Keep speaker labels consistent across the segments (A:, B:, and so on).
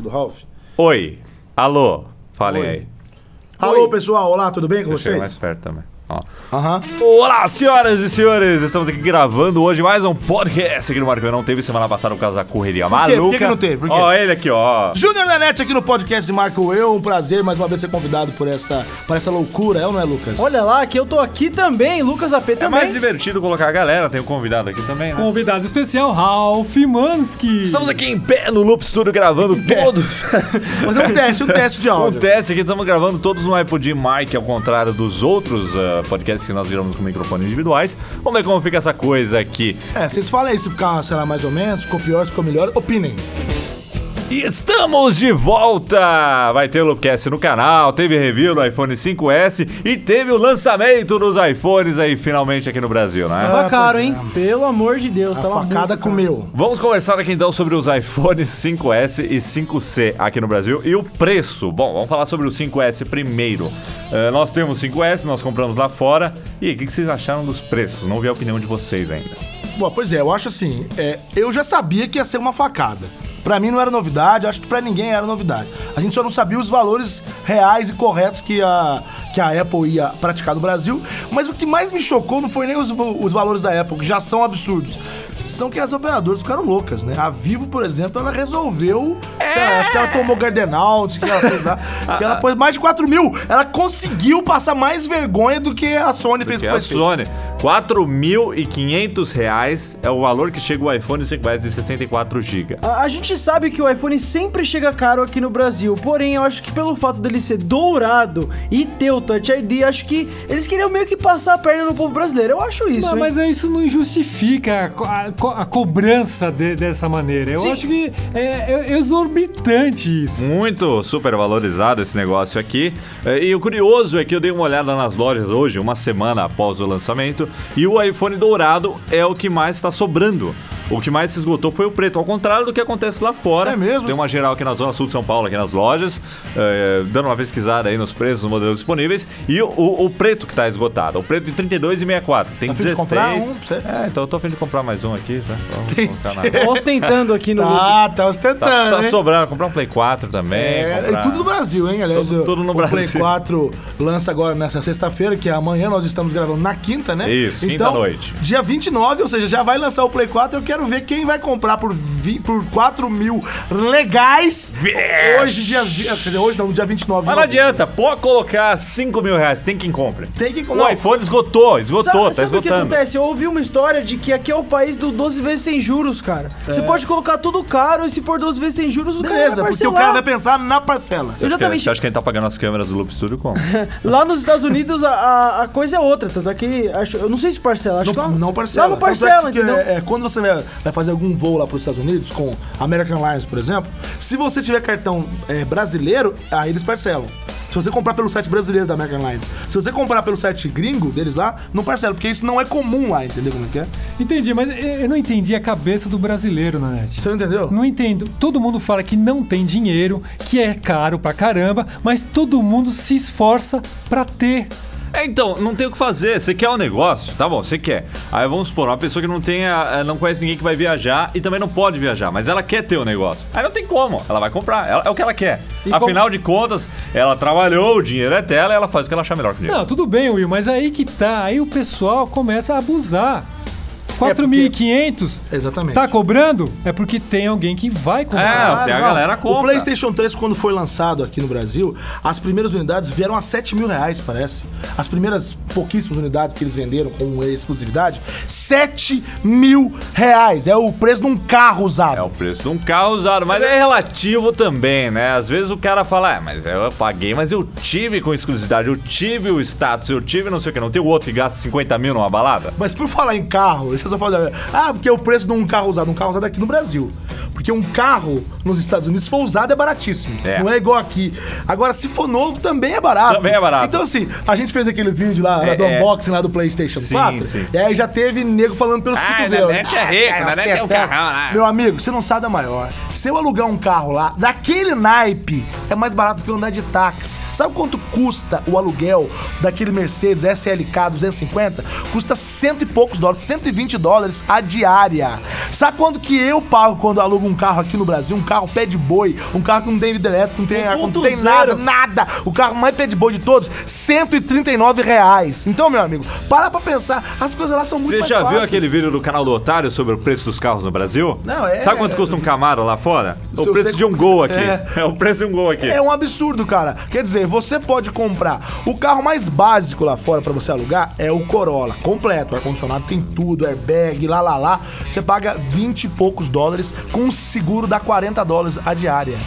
A: do Ralph?
B: Oi. Alô. Falem aí.
A: Alô, pessoal. Olá, tudo bem com
B: Deixa eu chegar
A: vocês?
B: mais perto também. Ó.
C: Aham.
B: Olá, senhoras e senhores! Estamos aqui gravando hoje mais um podcast aqui no Marco. Não teve semana passada por causa da correria
C: quê? Por que
B: maluca.
C: que não teve? Por quê?
B: Ó, ele aqui, ó.
C: Júnior da NET aqui no podcast de Marco Eu. Um prazer mais uma vez ser convidado por esta, por essa loucura, é ou não é, Lucas?
D: Olha lá, que eu tô aqui também, Lucas AP
B: É
D: também.
C: um
B: mais divertido colocar a galera, tem um convidado aqui também, né?
E: Convidado especial, Ralf Mansky.
B: Estamos aqui em pé no Loop Studio gravando todos.
C: Mas é um teste, um teste de áudio.
B: Acontece que estamos gravando todos no iPod Mic, ao contrário dos outros ah, podcasts que nós gravamos com microfones individuais. Vamos ver como fica essa coisa aqui.
C: É, vocês falem aí se ficar, sei lá, mais ou menos, ficou pior, se ficou melhor, opinem.
B: E estamos de volta! Vai ter o Loopcast no canal, teve review do iPhone 5S e teve o lançamento dos iPhones aí finalmente aqui no Brasil, né?
D: Tava
C: Ah,
D: caro,
C: pois
D: hein? Pelo amor de Deus,
C: A
D: tava
C: facada
D: muito caro.
C: comeu.
B: Vamos conversar aqui então sobre os iPhones 5S e 5C aqui no Brasil e o preço. Bom, vamos falar sobre o 5S primeiro. Ah, nós temos 5S, nós compramos lá fora. E aí, o que, que vocês acharam dos preços? Não vi a opinião de vocês ainda.
C: Bom, pois é, eu acho assim, é, eu já sabia que ia ser uma facada. Pra mim não era novidade, acho que pra ninguém era novidade. A gente só não sabia os valores reais e corretos que a, que a Apple ia praticar no Brasil. Mas o que mais me chocou não foi nem os, va- os valores da Apple, que já são absurdos. São que as operadoras ficaram loucas, né? A Vivo, por exemplo, ela resolveu. sei
B: É!
C: lá, acho que ela tomou Gardenal, não sei o que ela fez lá. que ela pôs mais de 4 mil. Ela conseguiu passar mais vergonha do que a Sony fez com
B: Que é
C: o
B: a
C: PlayStation.
B: Sony. R$ 4.500 reais é o valor que chega o iPhone 5S de 64 GB.
D: A, a gente sabe que o iPhone sempre chega caro aqui no Brasil, porém eu acho que pelo fato dele ser dourado e ter o Touch ID, acho que eles queriam meio que passar a perna no povo brasileiro. Eu acho isso,
E: Mas,
D: hein?
E: mas é, isso não justifica a, co- a co- a cobrança de- dessa maneira. Eu
D: Sim.
E: acho que é, é exorbitante isso.
B: Muito super valorizado esse negócio aqui. Eh, E o curioso é que eu dei uma olhada nas lojas hoje, uma semana após o lançamento, e o iPhone dourado é o que mais está sobrando. O que mais se esgotou foi o preto, ao contrário do que acontece lá fora.
C: É mesmo?
B: Tem uma geral aqui na Zona Sul de São Paulo, aqui nas lojas, eh, dando uma pesquisada aí nos preços, nos modelos disponíveis. E o, o- o preto que está esgotado, o preto de 32,64. Tem
C: Tá a fim de
B: 16.
C: comprar um pra você?
B: É, então eu tô a fim de comprar mais um aqui, tá? Vamos colocar na-
D: Tô Ostentando aqui no look.
C: Tá, tá
B: Tá,
C: ostentando.
B: tá
C: hein?
B: sobrando, comprar um Play 4 também.
C: É,
B: comprar-
C: e tudo no Brasil, hein, aliás.
B: Tudo- tudo no
C: o
B: Brasil.
C: Play 4 lança agora nessa sexta-feira, que é amanhã, nós estamos gravando na quinta, né?
B: Isso, quinta à noite.
C: Dia 29, ou seja, já vai lançar o Play 4. Eu quero ver quem vai comprar por, vi, por 4 mil legais. Hoje, dia. vi- Quer dizer, hoje não, dia 29.
B: Mas
C: de novembro.
B: não adianta, pode colocar 5 mil reais, tem quem compre.
C: Tem que
B: O
C: comprar.
B: iPhone esgotou, esgotou,
D: sabe,
B: tá
D: sabe o que
B: esgotando.
D: acontece? Eu ouvi uma história de que aqui é o país do 12 vezes sem juros, cara. Você pode colocar tudo caro e se for 12 vezes sem juros, o cara
C: É. Beleza,
D: vai
C: porque o cara
D: parcelar.
C: vai pensar na parcela.
B: Você acha que-
D: Exatamente.
B: Você acha que quem tá pagando as câmeras do Loop Studio como?
D: Lá nos Estados Unidos a, a- a coisa é outra, tanto é que acho, eu não sei se parcela, acho que lá,
C: Não, não parcela.
D: Lá não
C: Tanto é
D: parcela,
C: que,
D: entendeu?
C: é, é, quando você vai, vai fazer algum voo lá para os Estados Unidos, com American Airlines, por exemplo, se você tiver cartão é, brasileiro, aí eles parcelam. Se você comprar pelo site brasileiro da American Airlines, se você comprar pelo site gringo deles lá, não parcela, porque isso não é comum lá, entendeu como é que é?
E: Entendi, mas eu eu não entendi a cabeça do brasileiro na net.
C: Você não entendeu?
E: Não entendo. Todo mundo fala que não tem dinheiro, que é caro pra caramba, mas todo mundo se esforça pra ter.
B: é, então, não tem o que fazer. Você quer um negócio? Tá bom, você quer. Aí vamos supor, uma pessoa que não tenha, eh, não conhece ninguém que vai viajar e também não pode viajar, mas ela quer ter o negócio. Aí não tem como, ela vai comprar, ela- é o que ela quer. Afinal de contas, ela trabalhou, o dinheiro é dela, ela faz o que ela achar melhor que o dinheiro.
E: Não, tudo bem, Will, mas aí que tá. Aí o pessoal começa a abusar. 4.500?
C: Exatamente. Ah,
E: Tá cobrando? É porque tem alguém que vai
B: É,
E: cobrar.
B: tem a
C: não.
B: galera compra.
C: O PlayStation 3, quando foi lançado aqui no Brasil, as primeiras unidades vieram a 7 mil reais, parece. As primeiras pouquíssimas unidades que eles venderam com exclusividade, 7 mil reais. É o preço de um carro usado.
B: É o preço de um carro usado, mas é relativo também, né? Às vezes o cara fala, ah, mas eu paguei, mas eu tive com exclusividade, eu tive o status, eu tive não sei o que, não tem o outro que gasta 50 mil numa balada?
C: Mas por falar em carro, deixa eu só falar. Ah, porque é o preço de um carro usado, um carro usado aqui no Brasil. Porque um carro nos Estados Unidos, se for usado, é baratíssimo.
B: É.
C: Não é igual aqui. Agora, se for novo, também é barato.
B: Também é barato.
C: Então, assim, a gente fez aquele vídeo lá
B: É,
C: do
B: é.
C: unboxing lá do PlayStation
B: Sim,
C: 4.
B: sim.
C: E aí já teve nego falando pelos
B: Ah,
C: cotovelos.
B: na net é rico, na
C: os
B: net é um
C: teteca.
B: carrão, né?
C: Meu amigo, você não sabe da maior. Se eu alugar um carro lá, daquele naipe, é mais barato que eu andar de táxi. Sabe quanto custa o aluguel daquele Mercedes SLK 250? Custa cento e poucos dólares, 120 dólares a diária. Sabe quanto que eu pago quando alugo um carro aqui no Brasil? Um carro pé de boi, um carro que não tem vidro elétrico, não
B: Um
C: tem, ar, não tem nada,
D: 1.0.
C: nada. O carro mais pé de boi de todos, 139 reais. Então, meu amigo, para pra pensar, as coisas lá são muito
B: Você
C: mais
B: já viu
C: fáceis.
B: aquele vídeo do canal do Otário sobre o preço dos carros no Brasil?
C: Não, é-
B: Sabe quanto custa um Camaro lá fora?
C: Se
B: O
C: eu
B: preço
C: sei-
B: de um gol aqui.
C: É.
B: É. o preço de um gol aqui.
C: É um absurdo, cara. Quer dizer, você pode comprar o carro mais básico lá fora pra você alugar é o Corolla, completo, ar-condicionado, tem tudo, airbag, lá lá lá. Você paga 20 e poucos dólares com um seguro dá 40 dólares a diária.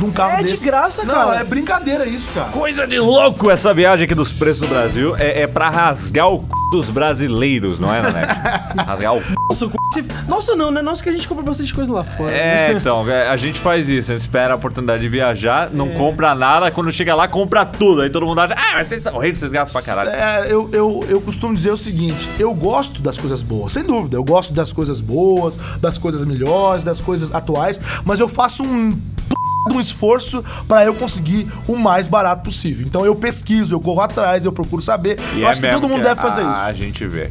C: Num carro
D: É de
C: desse.
D: graça,
C: Não,
D: cara.
C: é brincadeira isso, cara.
B: Coisa de louco essa viagem aqui dos preços do Brasil. É, é pra rasgar o c... dos brasileiros, não é, Nanek? rasgar o c...
D: Nossa, o c... se- Nossa, não, né? Nossa, que a gente compra bastante coisa lá fora.
B: É, então, é, a gente faz isso, a gente espera a oportunidade de viajar, não
E: É.
B: compra nada, quando chega lá, compra tudo. Aí todo mundo acha, ah, mas vocês são ricos, vocês gastam pra caralho.
C: É, eu, eu, eu costumo dizer o seguinte: eu gosto das coisas boas, sem dúvida. Eu gosto das coisas boas, das coisas melhores, das coisas atuais, mas eu faço um p- de um esforço pra eu conseguir o mais barato possível. Então eu pesquiso, eu corro atrás, eu procuro saber.
B: E
C: eu
B: é
C: acho que
B: mesmo
C: todo mundo deve fazer
B: ah, A
C: isso.
B: gente vê.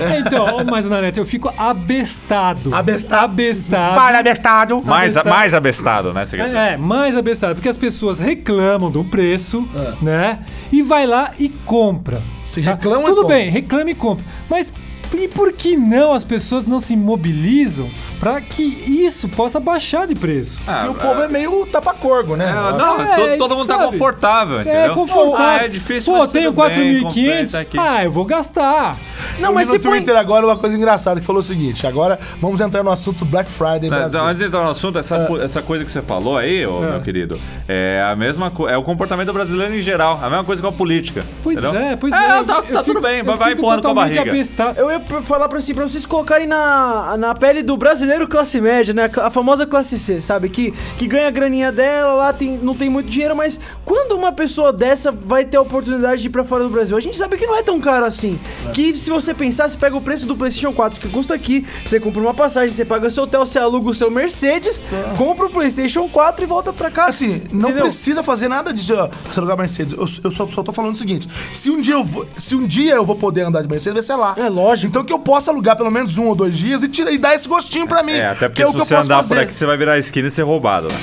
E: É, então, mas na neta, eu fico abestado.
C: Abestado.
E: Abestado.
C: bestado!
B: Mais,
E: Abestado.
B: mais abestado, né, secretário?
E: É, é, mais abestado, porque as pessoas reclamam do preço,
B: É.
E: né? E vai lá e compra. tá?
C: Se reclama,
E: Tudo
C: compra.
E: bem, reclama e compra. Mas e por que não as pessoas não se mobilizam para que isso possa baixar de preço?
B: Ah,
C: E o povo é meio tapacorgo, né?
B: Ah, Não,
E: É,
B: to- todo mundo tá
E: sabe?
B: confortável, entendeu?
E: É confortável.
B: Ah, é difícil,
E: Pô,
B: mas
E: tenho
B: tudo bem,
E: 4.500.
B: completa aqui.
E: Ah, eu vou gastar.
D: Não,
C: Mas
D: mas
C: no
D: se põe...
C: Twitter agora uma coisa engraçada que falou o seguinte: agora vamos entrar no assunto Black Friday
B: Tá,
C: Brasil.
B: então, antes de entrar no assunto, essa,
E: É.
B: po- essa coisa que você falou aí, ô, meu querido, é a mesma co- é o comportamento do brasileiro em geral, a mesma coisa com a política.
E: Pois
B: entendeu?
E: é, pois é.
B: tá,
E: eu-
B: tá
E: eu
B: tudo
E: fico-
B: bem,
E: eu
B: vai, vai
E: fico
B: empurrando com a
E: totalmente
B: barriga.
E: Abestado.
D: Eu ia pra- falar pra, si, pra vocês colocarem na, na pele do brasileiro classe média, né? A cla- A famosa classe C, sabe? Que, que ganha a graninha dela, lá tem, não tem muito dinheiro, mas quando uma pessoa dessa vai ter a oportunidade de ir pra fora do Brasil? A gente sabe que não é tão caro assim. Que se você pensar, você pega o preço do PlayStation 4 que custa aqui, você compra uma passagem, você paga seu hotel, você aluga o seu Mercedes, compra o PlayStation 4 e volta pra cá.
C: É. Assim, não
D: Entendeu?
C: precisa fazer nada disso, ó, você alugar Mercedes. Eu, eu só, só tô falando o seguinte: se um dia eu vou, se um dia eu vou poder andar de Mercedes, vai ser lá.
D: É lógico.
C: Então que eu possa alugar pelo menos um ou dois dias e, tira, e dar esse gostinho pra mim.
B: É, até
C: que
B: porque
C: é o
B: se
C: que eu
B: você
C: posso
B: andar
C: fazer.
B: por aqui, você vai virar a esquina e ser roubado. Né?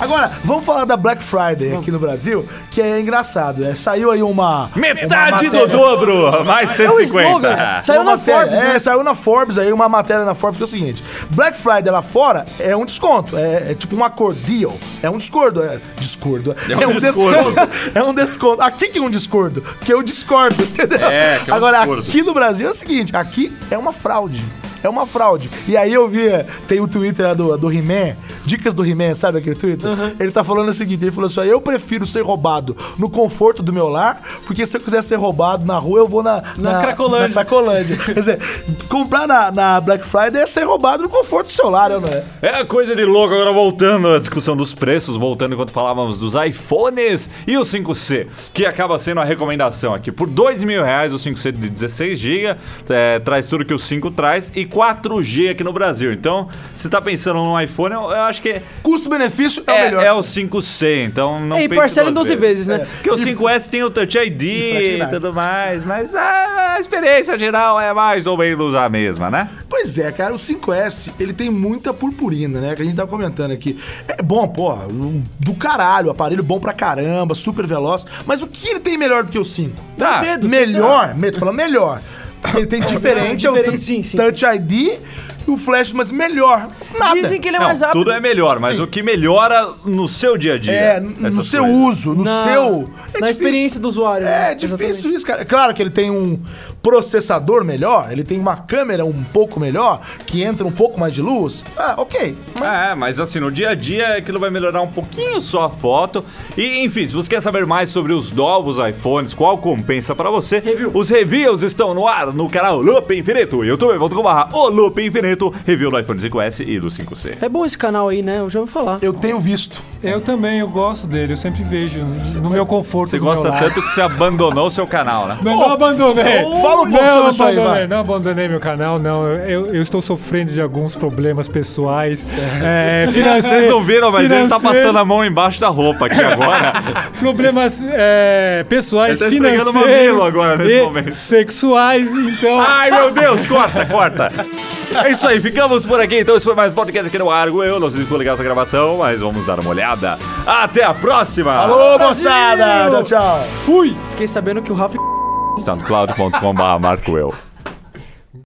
C: Agora, vamos falar da Black Friday aqui no Brasil, que é engraçado. É, saiu aí uma.
B: Metade
C: uma
B: do
C: matéria-
B: dobro, mais
D: É o slogan.
B: 150.
D: Saiu
C: Uma
D: na
C: matéria-
D: Forbes,
C: É,
D: né?
C: saiu na Forbes aí uma matéria na Forbes que é o seguinte: Black Friday lá fora é um desconto, é, é tipo um acordeo, é um discordo, é discordo, é,
B: um
C: um
B: discordo.
C: desconto, é um desconto. Aqui que é um discordo, que eu discordo, entendeu?
B: É, que é um
C: Agora
B: discordo.
C: aqui no Brasil é o seguinte: aqui é uma fraude. É uma fraude. E aí eu vi, tem o Twitter lá do, do He-Man, dicas do He-Man, sabe aquele Twitter? Ele tá falando o seguinte, ele falou assim, ó, eu prefiro ser roubado no conforto do meu lar, porque se eu quiser ser roubado na rua, eu vou na...
D: Na Cracolândia.
C: na Cracolândia. Quer dizer, comprar na, na Black Friday é ser roubado no conforto do seu lar, né? não é?
B: É coisa de louco, agora voltando à discussão dos preços, voltando enquanto falávamos dos iPhones e o 5C, que acaba sendo a recomendação aqui. Por dois mil reais o 5C de 16GB, traz tudo que o 5 traz, e 4G aqui no Brasil. Então, se tá pensando num iPhone, eu, eu acho que é,
C: Custo-benefício é, o melhor. É,
B: é, o 5C, então não
D: É, e
B: pense
D: parcela em
B: duas
D: 12 vezes, né?
B: Porque o 5S tem o Touch ID e,
C: frete
B: tudo mais, mas a experiência geral é mais ou menos a mesma, né?
C: Pois é, cara, o 5S, ele tem muita purpurina, né? Que a gente tava comentando aqui. É bom, porra, um- do caralho, aparelho bom pra caramba, super veloz. Mas o que ele tem melhor do que o 5?
B: Tá,
D: dedo, sei
C: melhor, me- tô falando melhor. Ele tem diferente, é o
D: é. diferente,
C: tou-
D: sim, sim.
C: Touch ID e o Flash, mas melhor. Nada.
D: Dizem que ele é mais rápido.
B: tudo é melhor, mas
C: Sim.
B: o que melhora no seu dia a dia.
C: É, n- no
B: essas
C: seu
B: coisas.
C: uso, no
D: Na,
C: seu. é
D: na
C: difícil.
D: experiência do usuário. né?
C: É
D: Exatamente.
C: difícil isso, cara. Claro que ele tem um processador melhor, ele tem uma câmera um pouco melhor, que entra um pouco mais de luz. Ah, ok. Mas
B: É, mas assim, no dia a dia aquilo vai melhorar um pouquinho só a foto. E enfim, se você quer saber mais sobre os novos iPhones, qual compensa pra você, os reviews estão no ar no canal Loop Infinito, youtube.com.br o Loop Infinito, review do iPhone 5S e querido o 5C.
D: É bom esse canal aí, né? Eu já ouvi falar.
C: Eu tenho visto.
E: Eu também, eu gosto dele, eu sempre vejo no meu conforto.
B: Você
E: do meu
B: gosta
E: lar.
B: tanto oh, que você abandonou o seu canal, né?
E: Não, não abandonei.
C: Fala um pouco
E: não,
C: sobre isso aí,
E: abandonei,
C: vai.
E: não abandonei meu canal, não. Eu, eu estou sofrendo de alguns problemas pessoais, é, financeiros.
B: Vocês não viram, mas ele tá
E: financeiros,
B: passando a mão embaixo da roupa aqui agora.
E: Problemas é, pessoais,
B: Ele tá esfregando
E: financeiros.
B: o mamilo agora nesse
E: e
B: momento.
E: Sexuais, então.
B: Ai, meu Deus, corta, corta. É isso aí, ficamos por aqui. Então, esse foi mais um podcast aqui no Argo. Eu não sei se ficou legal essa gravação, mas vamos dar uma olhada. Até a próxima!
C: Ô, moçada! Tchau, tchau.
D: Fiquei sabendo que o Rafa
B: SoundCloud.com.br Marco Eu.